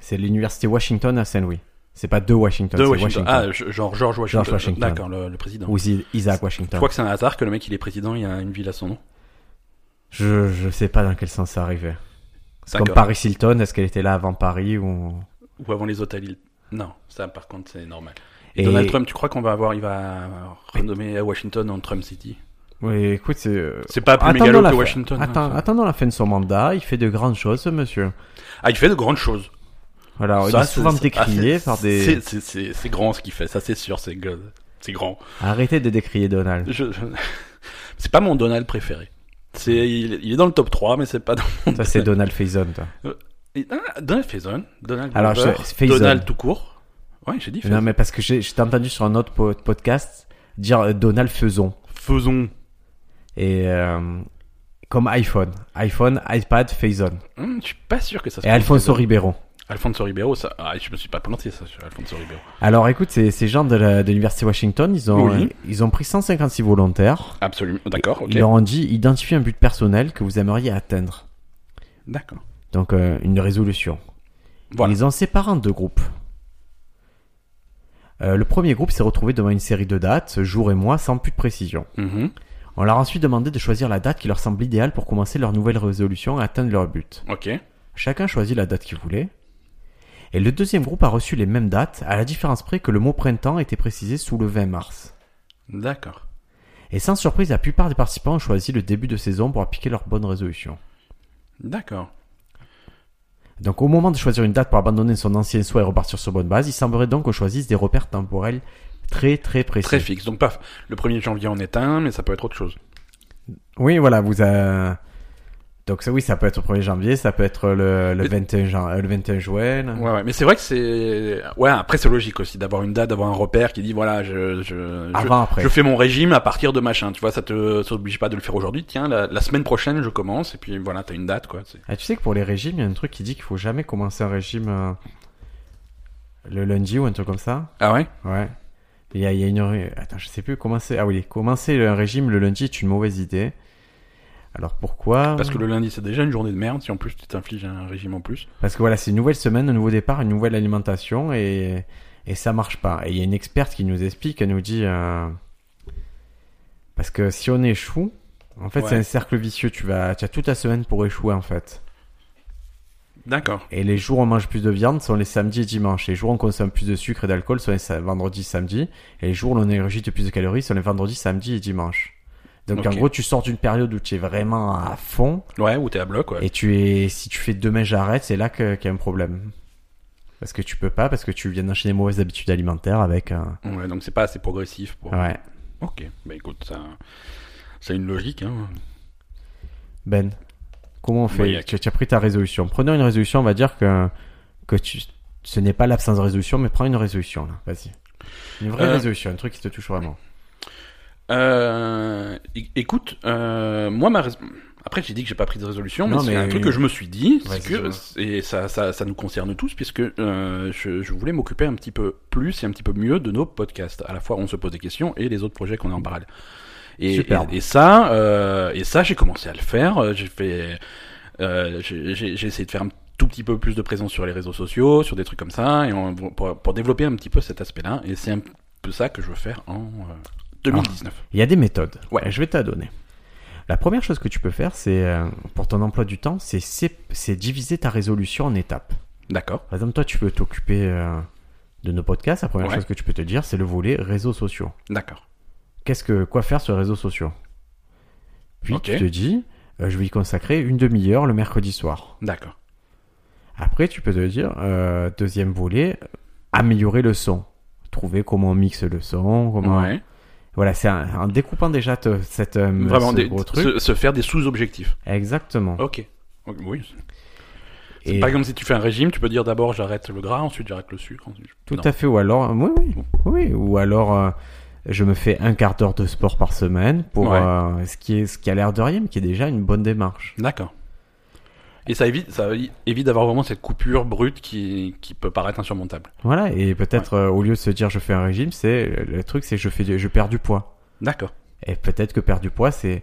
S2: C'est l'université Washington à Saint-Louis. C'est pas de Washington,
S1: De
S2: c'est
S1: Washington.
S2: Washington.
S1: Ah, je- genre George Washington.
S2: Washington.
S1: D'accord, le, le président.
S2: Ou si- Isaac
S1: Je
S2: Washington.
S1: crois que c'est un hasard que le mec il est président, il y a une ville à son nom.
S2: Je, je sais pas dans quel sens ça arrivait. C'est comme
S1: D'accord.
S2: Paris Hilton, est-ce qu'elle était là avant Paris ou...
S1: Ou avant les hôtels. il- Non, ça par contre c'est normal. Et,
S2: Et-
S1: Donald Trump, tu crois qu'on va avoir, il va renommer Washington en Trump City
S2: Oui, écoute, c'est...
S1: C'est pas plus
S2: Attendons
S1: mégalo
S2: la,
S1: que
S2: fin-
S1: Washington. hein,
S2: Attends,
S1: ça.
S2: attendons la fin de son mandat, il fait de grandes choses, ce monsieur.
S1: Ah, il fait de grandes choses.
S2: Voilà, il
S1: Ça,
S2: est souvent
S1: c'est-
S2: décrié
S1: ah, c'est-
S2: par des...
S1: c'est- c'est- C'est c'est grand ce qu'il fait, ça c'est sûr, c'est gue- c'est grand.
S2: Arrêtez de décrier Donald.
S1: Je- je- C'est pas mon Donald préféré. C'est il, il est dans le top 3, mais c'est pas dans mon.
S2: Toi, c'est Donald Faison, toi.
S1: Et- ah, Donald Faison, Donald
S2: Alors,
S1: Glover,
S2: je- Faison.
S1: Donald tout court. Ouais, j'ai dit Faison.
S2: Non, mais parce que j'ai, je t'ai entendu sur un autre po- podcast dire euh, Donald Faison.
S1: Faisons.
S2: Et euh, comme iPhone. iPhone, iPad, Faison.
S1: Hum, je suis pas sûr que ça se
S2: Et
S1: prononce
S2: Alfonso
S1: Faison.
S2: Ribeiro.
S1: Alfonso Ribeiro, ça. Ah, je me suis pas prononcé ça sur Alfonso Ribeiro.
S2: Alors écoute, ces, ces gens de, la- de l'université Washington, ils ont,
S1: Oui.
S2: euh, ils ont pris 156 volontaires.
S1: Absolument. D'accord, ok.
S2: Ils leur ont dit, identifiez un but personnel que vous aimeriez atteindre.
S1: D'accord.
S2: Donc euh, une résolution.
S1: Voilà.
S2: Ils ont séparé en deux groupes. Euh, le premier groupe s'est retrouvé devant une série de dates, jour et mois, sans plus de précision.
S1: Mhm.
S2: On leur a ensuite demandé de choisir la date qui leur semble idéale pour commencer leur nouvelle résolution et atteindre leur but.
S1: Ok.
S2: Chacun choisit la date qu'il voulait. Et le deuxième groupe a reçu les mêmes dates, à la différence près que le mot printemps était précisé sous le 20 mars.
S1: D'accord.
S2: Et sans surprise, la plupart des participants ont choisi le début de saison pour appliquer leur bonne résolution.
S1: D'accord.
S2: Donc au moment de choisir une date pour abandonner son ancien souhait et repartir sur bonne base, il semblerait donc qu'on choisisse des repères temporels Très, très précis.
S1: Très fixe. Donc, paf, le 1er janvier en est un, mais ça peut être autre chose.
S2: Oui, voilà, vous a... Donc ça, oui, ça peut être le 1er janvier, ça peut être le, le,
S1: Mais-
S2: 21, jan- euh, le 21 juin.
S1: Ouais, ouais. Mais c'est vrai que c'est. Ouais, après, c'est logique aussi d'avoir une date, d'avoir un repère qui dit voilà, je, je, je,
S2: Avant, après.
S1: je fais mon régime à partir de machin. Tu vois, ça te ça t'oblige pas de le faire aujourd'hui. Tiens, la, la semaine prochaine, je commence. Et puis voilà, t'as une date, quoi. C'est-
S2: Ah, tu sais que pour les régimes, il y a un truc qui dit qu'il faut jamais commencer un régime euh, le lundi ou un truc comme ça.
S1: Ah ouais
S2: Ouais. Il y a, il y a une... Attends, je sais plus. Commencer... Ah oui, commencer un régime le lundi est une mauvaise idée. Alors pourquoi
S1: Parce que le lundi, c'est déjà une journée de merde. Si en plus, tu t'infliges un régime en plus.
S2: Parce que voilà, c'est une nouvelle semaine, un nouveau départ, une nouvelle alimentation et, et ça marche pas. Et il y a une experte qui nous explique, elle nous dit euh, parce que si on échoue, en fait,
S1: Ouais.
S2: c'est un cercle vicieux. Tu vas, tu as toute la semaine pour échouer en fait.
S1: D'accord.
S2: Et les jours où on mange plus de viande sont les samedis et dimanches. Les jours où on consomme plus de sucre et d'alcool sont les sa- vendredis, samedis. Et les jours où on ingurgite plus de calories sont les vendredis, samedis et dimanches. Donc en
S1: Ok.
S2: gros, tu sors d'une période où tu es vraiment à fond.
S1: Ouais, ou t'es à bloc, ouais.
S2: Et tu es, si tu fais demain j'arrête, c'est là que- qu'il y a un problème. Parce que tu peux pas, parce que tu viens d'enchaîner des mauvaises habitudes alimentaires avec un.
S1: Ouais, donc c'est pas assez progressif pour.
S2: Ouais.
S1: Ok. Bah écoute, ça. C'est une logique, hein.
S2: Ben, comment on fait
S1: Moyen.
S2: tu, tu as pris ta résolution. Prenons une résolution, on va dire que, que tu, ce n'est pas l'absence de résolution, mais prends une résolution, là. Vas-y. Une vraie
S1: Euh.
S2: résolution, un truc qui te touche vraiment.
S1: Euh, é- écoute, euh, moi, ma rés- après j'ai dit que j'ai pas pris de résolution, mais,
S2: Non,
S1: c'est
S2: mais-
S1: un truc que je me suis dit,
S2: Vas-y,
S1: c'est que et ça, ça, ça nous concerne tous puisque euh, je, je voulais m'occuper un petit peu plus et un petit peu mieux de nos podcasts. À la fois, on se pose des questions et les autres projets qu'on a en parallèle. Et, et,
S2: Superbe.
S1: et ça, euh, et ça, j'ai commencé à le faire. Euh, J'ai fait, euh, j'ai j'ai- j'ai essayé de faire un tout petit peu plus de présence sur les réseaux sociaux, sur des trucs comme ça, et on- pour, pour développer un petit peu cet aspect-là. Et c'est un peu ça que je veux faire en euh, 2019.
S2: Il y a des méthodes. Eh,
S1: Ouais.
S2: Je vais te la donner. La première chose que tu peux faire, c'est, euh, pour ton emploi du temps, c'est, c'est, c'est diviser ta résolution en étapes.
S1: D'accord.
S2: Par exemple, toi, tu peux t'occuper euh, de nos podcasts. La première
S1: Ouais.
S2: chose que tu peux te dire, c'est le volet réseaux sociaux.
S1: D'accord.
S2: Qu'est-ce que quoi faire sur les réseaux sociaux Puis
S1: Ok.
S2: tu te dis, euh, je vais y consacrer une demi-heure le mercredi soir.
S1: D'accord.
S2: Après, tu peux te dire, euh, deuxième volet, améliorer le son. Trouver comment on mixe le son, comment.
S1: Ouais.
S2: Voilà, c'est un- en découpant déjà te- cette euh,
S1: Vraiment,
S2: ce
S1: des-
S2: gros truc.
S1: se, se faire des sous-objectifs.
S2: Exactement.
S1: Ok. Ok, Oui. Oh, C'est
S2: Et
S1: pas comme si tu fais un régime, tu peux dire d'abord j'arrête le gras, ensuite j'arrête le sucre. ensuite-
S2: Tout
S1: Non.
S2: à fait, ou alors, oui, oui, oui, ou alors euh, je me fais un quart d'heure de sport par semaine pour
S1: Ouais.
S2: euh, ce qui est ce qui a l'air de rien, mais qui est déjà une bonne démarche.
S1: D'accord. Et ça évite, ça évi- évite d'avoir vraiment cette coupure brute qui, qui peut paraître insurmontable.
S2: Voilà, et peut-être euh, au lieu de se dire je fais un régime, c'est le truc, c'est je fais, du- je perds du poids.
S1: D'accord.
S2: Et peut-être que perdre du poids, c'est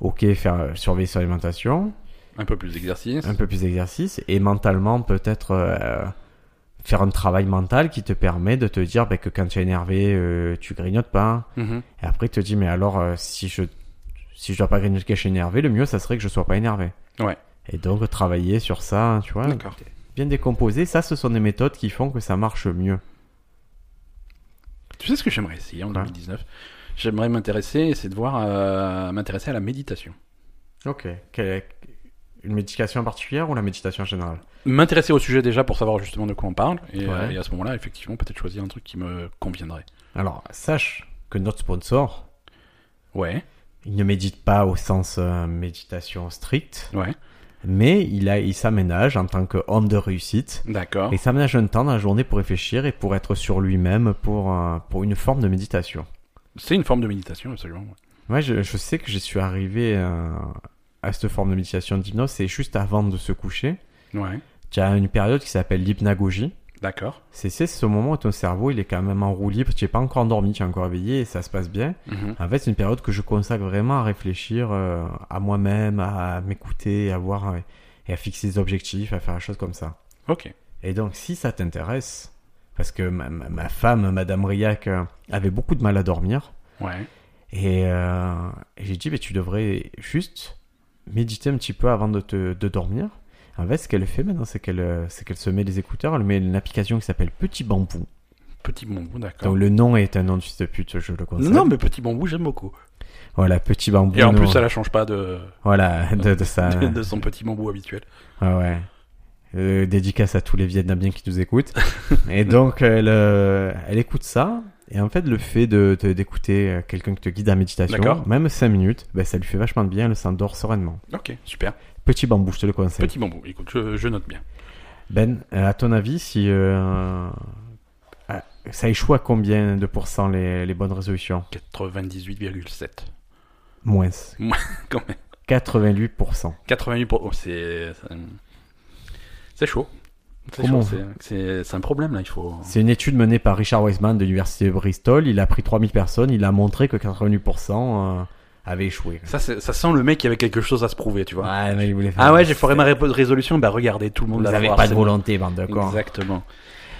S2: ok, faire euh, surveiller son alimentation,
S1: Un peu plus d'exercice.
S2: un peu plus d'exercice, et mentalement peut-être euh, faire un travail mental qui te permet de te dire ben, que quand tu es énervé, euh, tu grignotes pas.
S1: Mhm.
S2: Et après, il te dit, mais alors, euh, si je si je dois pas gagner de cash énervé, le mieux, ça serait que je sois pas énervé.
S1: Ouais.
S2: Et donc, travailler sur ça, tu vois,
S1: D'accord.
S2: bien décomposer, ça, ce sont des méthodes qui font que ça marche mieux.
S1: Tu sais ce que j'aimerais essayer en
S2: Ouais.
S1: 2019 J'aimerais m'intéresser, essayer de voir, euh, m'intéresser à la méditation.
S2: Ok. Une médication particulière ou la méditation générale
S1: M'intéresser au sujet déjà pour savoir justement de quoi on parle. Et,
S2: Ouais.
S1: euh, et à ce moment-là, effectivement, peut-être choisir un truc qui me conviendrait.
S2: Alors, sache que notre sponsor,
S1: Ouais,
S2: il ne médite pas au sens euh, méditation stricte,
S1: ouais.
S2: mais il, a- il s'aménage en tant qu'homme de réussite.
S1: D'accord.
S2: Et s'aménage un temps dans la journée pour réfléchir et pour être sur lui-même pour, euh, pour une forme de méditation.
S1: C'est une forme de méditation, absolument. ouais.
S2: Ouais, je, je sais que je suis arrivé euh, à cette forme de méditation d'hypnose, c'est juste avant de se coucher.
S1: Ouais,
S2: Tu as une période qui s'appelle l'hypnagogie.
S1: d'accord.
S2: C'est c'est ce moment où ton cerveau il est quand même en roue libre, tu n'es pas encore endormi, tu es encore éveillé et ça se passe bien.
S1: Mhm.
S2: En fait, c'est une période que je consacre vraiment à réfléchir euh, à moi-même, à m'écouter, à voir euh, et à fixer des objectifs, à faire des choses comme ça.
S1: Ok.
S2: Et donc, si ça t'intéresse, parce que ma, ma- ma femme, Madame Riac, euh, avait beaucoup de mal à dormir,
S1: Ouais.
S2: et, euh, et j'ai dit, mais tu devrais juste méditer un petit peu avant de, te, de dormir. En fait, ce qu'elle fait maintenant, c'est qu'elle euh, c'est qu'elle se met les écouteurs, elle met une application qui s'appelle Petit Bambou.
S1: Petit bambou, d'accord.
S2: Donc le nom est un nom de fils de pute, je le conseille.
S1: Non, non, mais petit bambou, j'aime beaucoup.
S2: Voilà, Petit Bambou.
S1: Et en
S2: non. Ah,
S1: plus, ça la change pas de,
S2: Voilà, de, de ça.
S1: de son petit bambou habituel.
S2: Ah ouais. Euh, dédicace à tous les Vietnamiens qui nous écoutent. et donc, elle, euh, elle écoute ça. Et en fait, le fait de de- d'écouter euh, quelqu'un qui te guide à la méditation,
S1: D'accord.
S2: même 5 minutes, ben, ça lui fait vachement de bien, elle s'endort sereinement.
S1: Ok, super.
S2: Petit bambou, je te le conseille.
S1: Petit bambou. Écoute, je, je note bien.
S2: Ben, euh, à ton avis, si euh, ah, ça échoue à combien de pourcents les, les bonnes résolutions
S1: 98,7.
S2: Moins.
S1: Moins, quand même.
S2: 88%.
S1: 88 pour... oh, c'est... ça- C'est chaud. C'est
S2: Comment
S1: chaud,
S2: on
S1: c'est- c'est c'est un problème, là, il faut...
S2: C'est une étude menée par Richard Weisman de l'université de Bristol. Il a pris 3000 personnes. Il a montré que 88% euh, avaient échoué.
S1: Ça, c'est- ça sent le mec qui avait quelque chose à se prouver, tu vois.
S2: Ouais, mais il voulait faire-
S1: Ah ouais, j'ai foré ma ré- résolution. Bah regardez, tout le
S2: Vous
S1: monde la
S2: n'avez
S1: voit,
S2: pas de
S1: c'est
S2: volonté, bande de
S1: bon.
S2: cons.
S1: Exactement.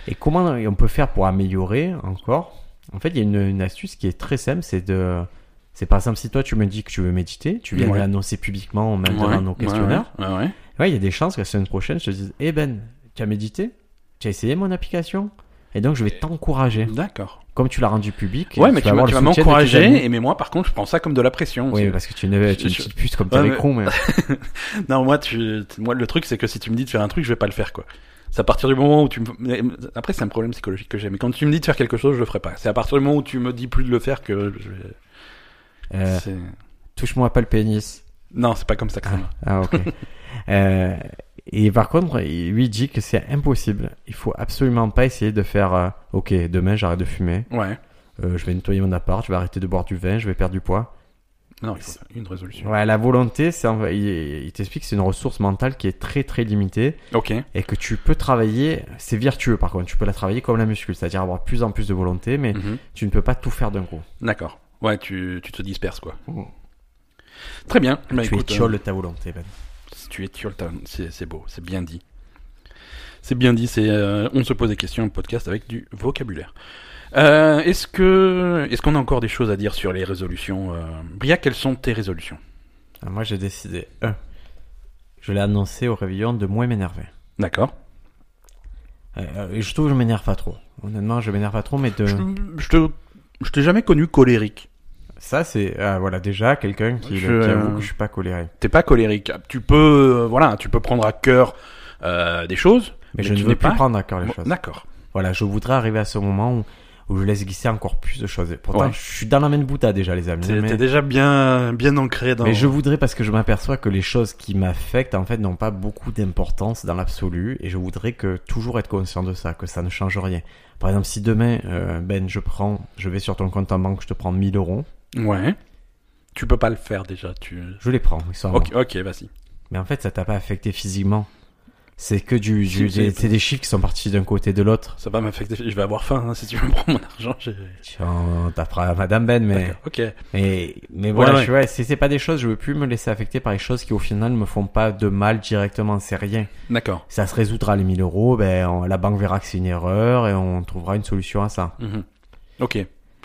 S2: Et comment on peut faire pour améliorer encore En fait, il y a une, une astuce qui est très simple, c'est de... C'est par exemple, si toi tu me dis que tu veux méditer, tu viens
S1: Ouais.
S2: de l'annoncer publiquement maintenant
S1: Ouais,
S2: dans nos
S1: ouais,
S2: questionnaires,
S1: Ouais, ouais.
S2: ouais, il y a des chances que la semaine prochaine je te dise, eh ben, tu as médité Tu as essayé mon application Et donc je vais t'encourager.
S1: D'accord.
S2: Comme tu l'as rendu public,
S1: Ouais, mais tu, vas-
S2: avoir
S1: tu
S2: le
S1: vas
S2: soutien de tes amis.
S1: m'encourager. Et mais moi, par contre, je prends ça comme de la pression.
S2: Oui,
S1: C'est-
S2: parce que tu es une, tu es une
S1: Je-
S2: petite pute comme
S1: Ouais,
S2: t'es
S1: mais-
S2: con, mais...
S1: Non, moi, tu, tu- moi, le truc, c'est que si tu me dis de faire un truc, je vais pas le faire, quoi. C'est à partir du moment où tu me... mais- Après, c'est un problème psychologique que j'ai. Mais quand tu me dis de faire quelque chose, je le ferai pas. C'est à partir du moment où tu me dis plus de le faire que je vais...
S2: Euh,
S1: c'est-
S2: Touche-moi pas le pénis.
S1: Non, c'est pas comme ça que ça marche.
S2: Ah ok. Euh, et par contre, il- lui il dit que c'est impossible. Il faut absolument pas essayer de faire. euh, ok, demain j'arrête de fumer.
S1: Ouais.
S2: Euh, je vais nettoyer mon appart. Je vais arrêter de boire du vin. Je vais perdre du poids.
S1: Non, il faut une résolution.
S2: Ouais, la volonté, c'est en- il, il t'explique que c'est une ressource mentale qui est très très limitée
S1: Ok.
S2: et que tu peux travailler. C'est vertueux par contre. Tu peux la travailler comme la muscu, c'est-à-dire avoir de plus en plus de volonté, mais
S1: Mhm.
S2: tu ne peux pas tout faire d'un coup.
S1: D'accord. Ouais, tu, tu te disperses, quoi.
S2: Mm.
S1: Très bien. Bah,
S2: tu
S1: écoute, euh,
S2: étioles ta volonté. Ben.
S1: Si tu es Tuol Town, c'est c'est beau, c'est bien dit. C'est bien dit, c'est euh, on se pose des questions, un podcast avec du vocabulaire. Euh, est-ce que est-ce qu'on a encore des choses à dire sur les résolutions euh, Bria, quelles sont tes résolutions
S2: Ah, Moi, j'ai décidé. Un, je l'ai annoncé au réveillon de moins m'énerver.
S1: D'accord.
S2: Euh, euh, je trouve que je m'énerve pas trop. Honnêtement, je m'énerve pas trop, mais de...
S1: Je, je te je t'ai jamais connu colérique.
S2: ça, c'est ah, voilà déjà quelqu'un qui,
S1: Je- euh,
S2: qui avoue que je suis pas coléré.
S1: T'es pas colérique. Tu peux euh, voilà, tu peux prendre à cœur euh, des choses.
S2: Mais,
S1: Mais
S2: je ne
S1: tu
S2: veux
S1: n'es
S2: plus
S1: pas-
S2: prendre à cœur les
S1: Bon,
S2: choses.
S1: D'accord.
S2: Voilà, je voudrais arriver à ce moment où, où je laisse glisser encore plus de choses. Et pourtant,
S1: Ouais.
S2: je suis dans la même bouta déjà, les amis.
S1: T'es
S2: mais...
S1: t'es déjà bien bien ancré dans.
S2: mais je voudrais parce que je m'aperçois que les choses qui m'affectent en fait n'ont pas beaucoup d'importance dans l'absolu et je voudrais que toujours être conscient de ça, que ça ne change rien. Par exemple, si demain euh, Ben, je prends, je vais sur ton compte en banque, je te prends 1000 euros,
S1: Ouais. Tu peux pas le faire déjà. Tu.
S2: je les prends, ils sont à moi.
S1: Ok, ok, vas-y.
S2: Mais en fait, ça t'a pas affecté physiquement. C'est que du, du-
S1: Si, c'est-
S2: des, c'est des chiffres qui sont partis d'un côté et de l'autre.
S1: Ça va m'affecter. Je vais avoir faim hein, si tu me prends mon argent. j'ai-
S2: Tiens, T'apprends à Madame Ben, mais
S1: D'accord, Ok.
S2: mais, mais voilà,
S1: Ouais, ouais.
S2: tu vois, c'est c'est pas des choses. Je veux plus me laisser affecter par les choses qui au final me font pas de mal directement. C'est rien.
S1: D'accord.
S2: Ça se résoudra les 1000 euros. Ben, on- la banque verra que c'est une erreur et on trouvera une solution à ça.
S1: Mhm. Ok.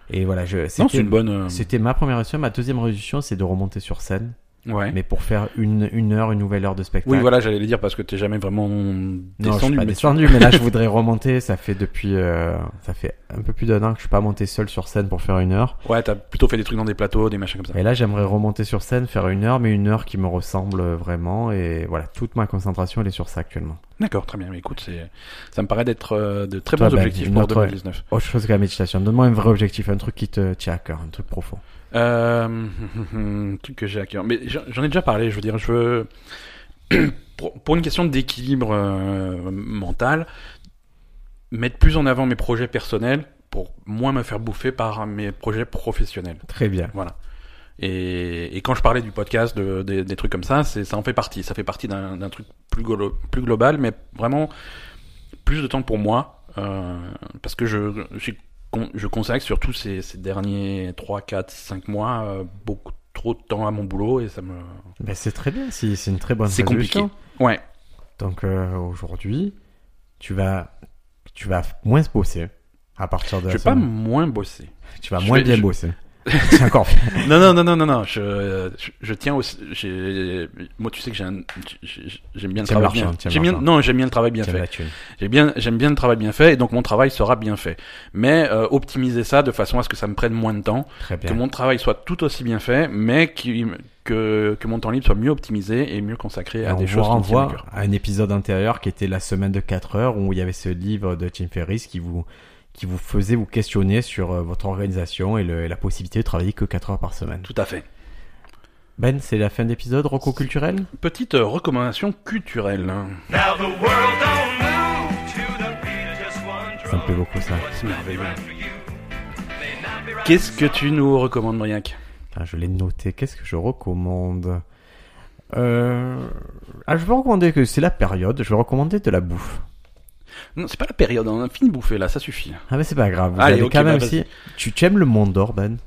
S2: Et voilà, je.
S1: Non,
S2: c'était-
S1: c'est une bonne. euh,
S2: C'était ma première résolution. Ma deuxième résolution, c'est de remonter sur scène,
S1: Ouais.
S2: mais pour faire une une heure, une nouvelle heure de spectacle.
S1: Oui, voilà, j'allais le dire parce que t'es jamais vraiment
S2: Non, je suis
S1: descendu.
S2: pas
S1: mais-
S2: descendu, mais là je voudrais remonter. Ça fait depuis, euh, ça fait un peu plus d'un an que je suis pas monté seul sur scène pour faire une heure.
S1: Ouais, t'as plutôt fait des trucs dans des plateaux, des machins comme ça.
S2: Et là j'aimerais remonter sur scène, faire une heure, mais une heure qui me ressemble vraiment. Et voilà, toute ma concentration elle est sur ça actuellement.
S1: D'accord, très bien. Mais écoute, c'est, ça me paraît d'être euh, de très
S2: Toi,
S1: bons
S2: Ben,
S1: objectifs
S2: une
S1: pour
S2: autre-
S1: 2019.
S2: Autre chose que la méditation, donne-moi un vrai objectif, un truc qui te tient à cœur, un truc profond.
S1: Euh, un truc que j'ai à cœur. Mais j'en j'en ai déjà parlé, je veux dire, je veux. pour, pour une question d'équilibre euh, mental, mettre plus en avant mes projets personnels pour moins me faire bouffer par mes projets professionnels.
S2: Très bien.
S1: Et, et quand je parlais du podcast, de, des- des trucs comme ça, c'est, ça en fait partie. Ça fait partie d'un, d'un truc plus, golo- plus global, mais vraiment plus de temps pour moi. euh, parce que je, je, con- je consacre surtout ces, ces derniers 3, 4, 5 mois euh, beaucoup trop de temps à mon boulot et ça me.
S2: Ben c'est très bien, si c'est une très bonne.
S1: C'est compliqué.
S2: résolution.
S1: Ouais,
S2: Donc euh, aujourd'hui, tu vas, tu vas moins bosser. hein, À partir de
S1: je
S2: la
S1: vais pas
S2: semaine.
S1: moins bosser.
S2: tu vas
S1: je
S2: moins
S1: vais-
S2: bien
S1: je-
S2: bosser. c'est encore
S1: Non, non, non, non, non, non. Je, je, je tiens aussi. j'ai- Moi, tu sais que j'ai un- j'ai- j'aime bien le
S2: T'aimes
S1: travail. bien-
S2: l'argent, t'aimes
S1: J'aime bien,
S2: l'argent.
S1: non, j'aime bien le travail bien
S2: Tiens,
S1: fait.
S2: la thune.
S1: J'ai bien, j'aime bien le travail bien fait, et donc mon travail sera bien fait. Mais euh, optimiser ça de façon à ce que ça me prenne moins de temps,
S2: Très bien.
S1: que mon travail soit tout aussi bien fait, mais qui- que, que mon temps libre soit mieux optimisé et mieux consacré
S2: Et
S1: à
S2: on
S1: des
S2: vous
S1: choses qui me tiennent à
S2: renvoie
S1: cœur.
S2: à un épisode antérieur qui était la semaine de 4 heures où il y avait ce livre de Tim Ferriss qui vous qui vous faisait vous questionner sur euh, votre organisation et, le- et la possibilité de travailler que 4 heures par semaine.
S1: Tout à fait.
S2: Ben, c'est la fin d'épisode Rocco culturel
S1: Petite euh, recommandation culturelle. hein.
S3: Now the world don't move to the beat of just one
S2: Ça me plaît
S3: drum.
S2: beaucoup ça.
S3: What's
S1: C'est merveilleux.
S3: right for you may not be right
S1: Qu'est-ce que tu nous recommandes, Briac
S2: Ah, je l'ai noté. Qu'est-ce que je recommande euh... ah, Je vais recommander que c'est la période. Je vais recommander de la bouffe.
S1: Non, c'est pas la période, on a fini de bouffer là, ça suffit.
S2: Ah, mais c'est pas grave. Vous
S1: Allez,
S2: avez
S1: ok,
S2: quand même
S1: bah,
S2: aussi. Tu tu aimes le monde d'or, Ben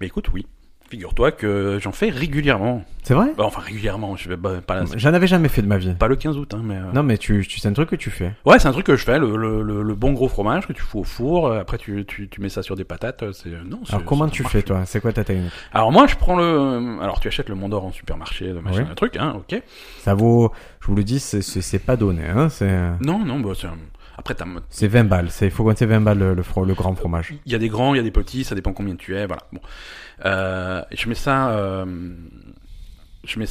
S1: Mais écoute, oui. Figure-toi que j'en fais régulièrement.
S2: C'est vrai
S1: Bah, enfin, régulièrement, je vais bah, pas, la-
S2: J'en avais jamais fait de ma vie.
S1: pas le 15 août, hein, mais. euh,
S2: Non, mais tu, tu c'est un truc que tu fais.
S1: Ouais, c'est un truc que je fais, le, le- le- le bon gros fromage que tu fous au four, euh, après tu, tu, tu mets ça sur des patates, euh, c'est... Non, c'est-
S2: Alors comment
S1: ça
S2: tu
S1: marche.
S2: fais toi C'est quoi ta technique
S1: Alors moi, je prends le... Alors tu achètes le Mont d'Or en supermarché, le machin,
S2: Oui.
S1: le truc, hein, ok.
S2: Ça vaut, je vous le dis, c'est- c'est c'est pas donné. Hein, c'est
S1: Non, non, bah, c'est... un- Après, t'as...
S2: c'est 20 balles. C'est- Il faut compter 20 balles le, le, fro- le grand fromage.
S1: Il y a des grands, il y a des petits, ça dépend combien tu es, voilà. Bon. Euh, et je mets ça... euh, Je mets...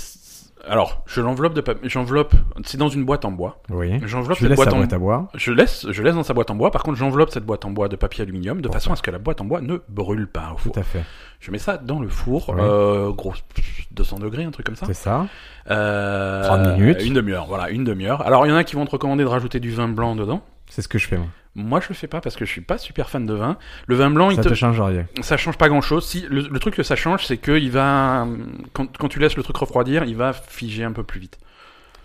S1: Alors, je l'enveloppe de papier... J'enveloppe... C'est dans une boîte en bois.
S2: Oui.
S1: J'enveloppe
S2: Tu
S1: cette
S2: laisses
S1: boîte
S2: la
S1: en
S2: boîte à boire.
S1: Je laisse, je laisse dans sa boîte en bois. Par contre, j'enveloppe cette boîte en bois de papier aluminium de façon à ce que la boîte en bois ne brûle pas au
S2: Tout
S1: four.
S2: à fait.
S1: Je mets ça dans le four,
S2: Ouais.
S1: euh, gros 200 degrés, un truc comme ça.
S2: C'est ça.
S1: Euh,
S2: 30 minutes.
S1: Une demi-heure, voilà, une demi-heure. Alors, il y en a qui vont te recommander de rajouter du vin blanc dedans.
S2: C'est ce que je fais moi.
S1: Moi, je le fais pas parce que je suis pas super fan de vin. Le vin blanc, il
S2: Ça
S1: te-
S2: te change rien.
S1: ça change pas grand-chose. Si le, le truc que ça change, c'est que il va, hum, quand, quand tu laisses le truc refroidir, il va figer un peu plus vite.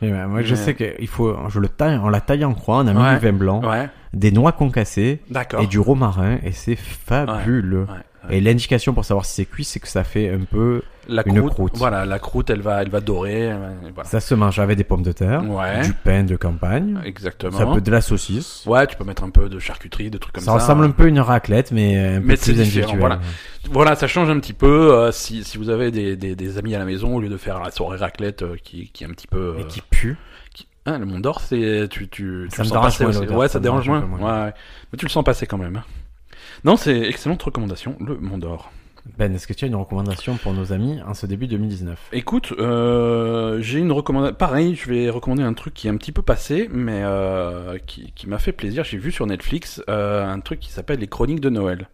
S2: Et ben, moi, je
S1: Mais-
S2: sais qu'il faut, je le taille, on la taille en croix, on a mis
S1: Ouais.
S2: du vin blanc,
S1: Ouais,
S2: des noix concassées
S1: d'accord.
S2: et du romarin, et c'est fabuleux.
S1: Ouais, ouais.
S2: Et l'indication pour savoir si c'est cuit, c'est que ça fait un peu,
S1: La
S2: une
S1: croûte,
S2: croûte.
S1: voilà, la croûte, elle va, elle va dorer. elle va- voilà.
S2: ça se mange avec des pommes de terre,
S1: Ouais.
S2: du pain de campagne,
S1: Exactement.
S2: ça peut être de la saucisse.
S1: Ouais, tu peux mettre un peu de charcuterie, de trucs comme ça. hein.
S2: ça ressemble un peu à une raclette, mais euh, un peu
S1: Mais c'est
S2: plus
S1: différent,
S2: individuelle.
S1: voilà. Voilà, ça change un petit peu. euh, si, si vous avez des, des, des amis à la maison, au lieu de faire la soirée raclette euh, qui, qui est un petit peu. euh,
S2: Et qui pue.
S1: qui- Hein, le Mont d'Or, c'est tu tu, tu le
S2: Ça me
S1: sens
S2: dérange
S1: passer
S2: moins,
S1: aussi.
S2: l'odeur,
S1: Ouais,
S2: ça
S1: ça
S2: me
S1: dérange moins.
S2: dérange un peu
S1: Ouais, ouais. mais tu le sens passer quand même. hein. Non, c'est excellente recommandation, le Mont d'Or.
S2: Ben, est-ce que tu as une recommandation pour nos amis en ce début 2019
S1: Écoute, euh, j'ai une recommandation. Pareil, je vais recommander un truc qui est un petit peu passé, mais euh, qui, qui m'a fait plaisir. J'ai vu sur Netflix euh, un truc qui s'appelle Les Chroniques de Noël.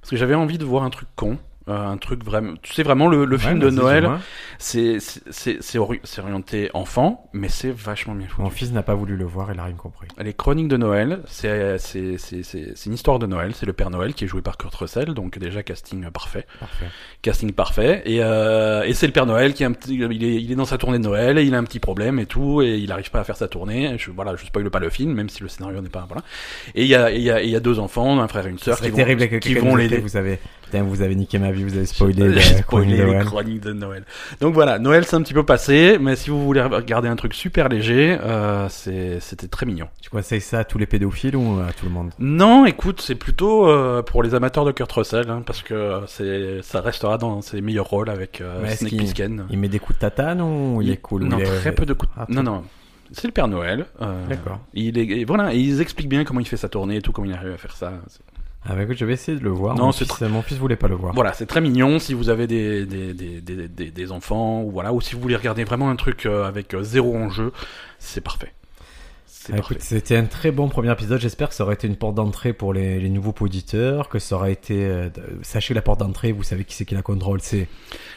S1: Parce que j'avais envie de voir un truc con. euh, un truc vraiment. Tu sais, vraiment, le, le film de
S2: Ouais, vas-y,
S1: Noël,
S2: dis-moi.
S1: c'est c'est- c'est- c'est ori- c'est orienté enfant, mais c'est vachement bien foutu.
S2: Mon fils n'a pas voulu le voir, il a rien compris.
S1: Les Chroniques de Noël, c'est c'est- c'est- c'est- c'est une histoire de Noël. C'est le Père Noël qui est joué par Kurt Russell, donc déjà casting parfait
S2: Parfait.
S1: casting parfait et, euh, et c'est le Père Noël qui a un petit, il est, il est dans sa tournée de Noël et il a un petit problème et tout et il arrive pas à faire sa tournée je voilà je spoil pas le film même si le scénario n'est pas voilà et il y a et il y a, et il y a deux enfants un frère et une sœur qui
S2: C'est
S1: vont
S2: terrible avec
S1: qui
S2: quelqu'un
S1: vont
S2: nous
S1: l'aider
S2: écoute, Vous avez, putain, vous avez niqué ma vie, vous avez spoilé
S1: J'ai spoilé
S2: la chronique de
S1: les
S2: Noël.
S1: chroniques de Noël. Donc voilà, Noël c'est un petit peu passé, mais si vous voulez regarder un truc super léger, euh, c'est- c'était très mignon.
S2: Tu conseilles ça à tous les pédophiles ou à tout le monde
S1: Non, écoute, c'est plutôt euh, pour les amateurs de Kurt Russell, hein, parce que c'est ça restera dans ses meilleurs rôles avec euh,
S2: Mais est-ce
S1: Snake
S2: qu'il-
S1: Plissken.
S2: Il met des coups de tatane ou il, est cool
S1: Non,
S2: il est-
S1: très peu de coups.
S2: Ah,
S1: non, non. C'est le Père Noël. euh,
S2: D'accord.
S1: Il est, et voilà, et ils expliquent bien comment il fait sa tournée et tout, comment il arrive à faire ça. C'est-
S2: Ah bah écoute, je vais essayer de le voir.
S1: Non,
S2: mon,
S1: c'est
S2: fils, mon fils voulait pas le voir.
S1: Voilà, c'est très mignon si vous avez des, des, des, des, des- des enfants ou voilà, ou si vous voulez regarder vraiment un truc euh, avec euh, zéro enjeu, c'est parfait. C'est
S2: Ah,
S1: parfait.
S2: écoute, c'était un très bon premier épisode. J'espère que ça aurait été une porte d'entrée pour les, les nouveaux auditeurs, que ça aurait été. euh, de- sachez la porte d'entrée. Vous savez qui c'est qui la contrôle. C'est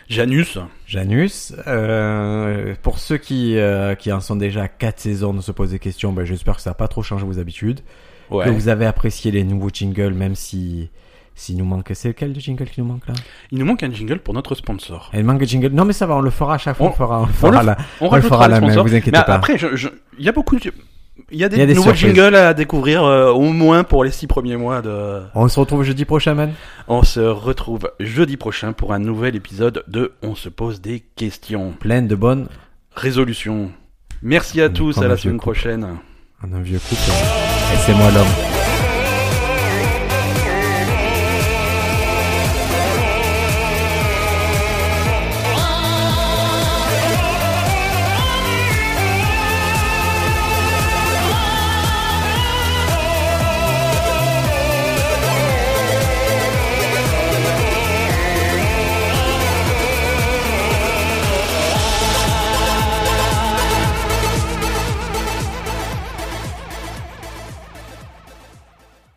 S1: Janus,
S2: Janus. Euh, pour ceux qui euh, qui en sont déjà à quatre saisons de se poser des questions, ben, j'espère que ça n'a pas trop changé vos habitudes. Que
S1: ouais.
S2: vous avez apprécié les nouveaux jingles, même si s'il nous manque. C'est lequel le jingle qui nous manque là
S1: il nous manque un jingle pour notre sponsor.
S2: Ah, Il manque un jingle. Non mais ça va, on le fera à chaque fois. On,
S1: On-
S2: le fera. On
S1: on
S2: le
S1: le
S2: fera. là.
S1: On,
S2: le fera
S1: rajoutera
S2: là,
S1: les
S2: mais
S1: sponsors.
S2: vous inquiétez
S1: Mais
S2: pas.
S1: Après, je- je- il y a beaucoup de. Il y a des,
S2: Il y a des
S1: nouveaux
S2: surprises.
S1: jingles à découvrir, euh, au moins pour les six premiers mois de,
S2: On se retrouve jeudi prochain, man.
S1: On se retrouve jeudi prochain pour un nouvel épisode de On se pose des questions.
S2: Plein de bonnes.
S1: Résolution. Merci à
S2: Comme-
S1: tous,
S2: comme
S1: à
S2: un
S1: la
S2: vieux
S1: semaine
S2: couple.
S1: prochaine.
S2: Un vieux couple. Et c'est moi l'homme.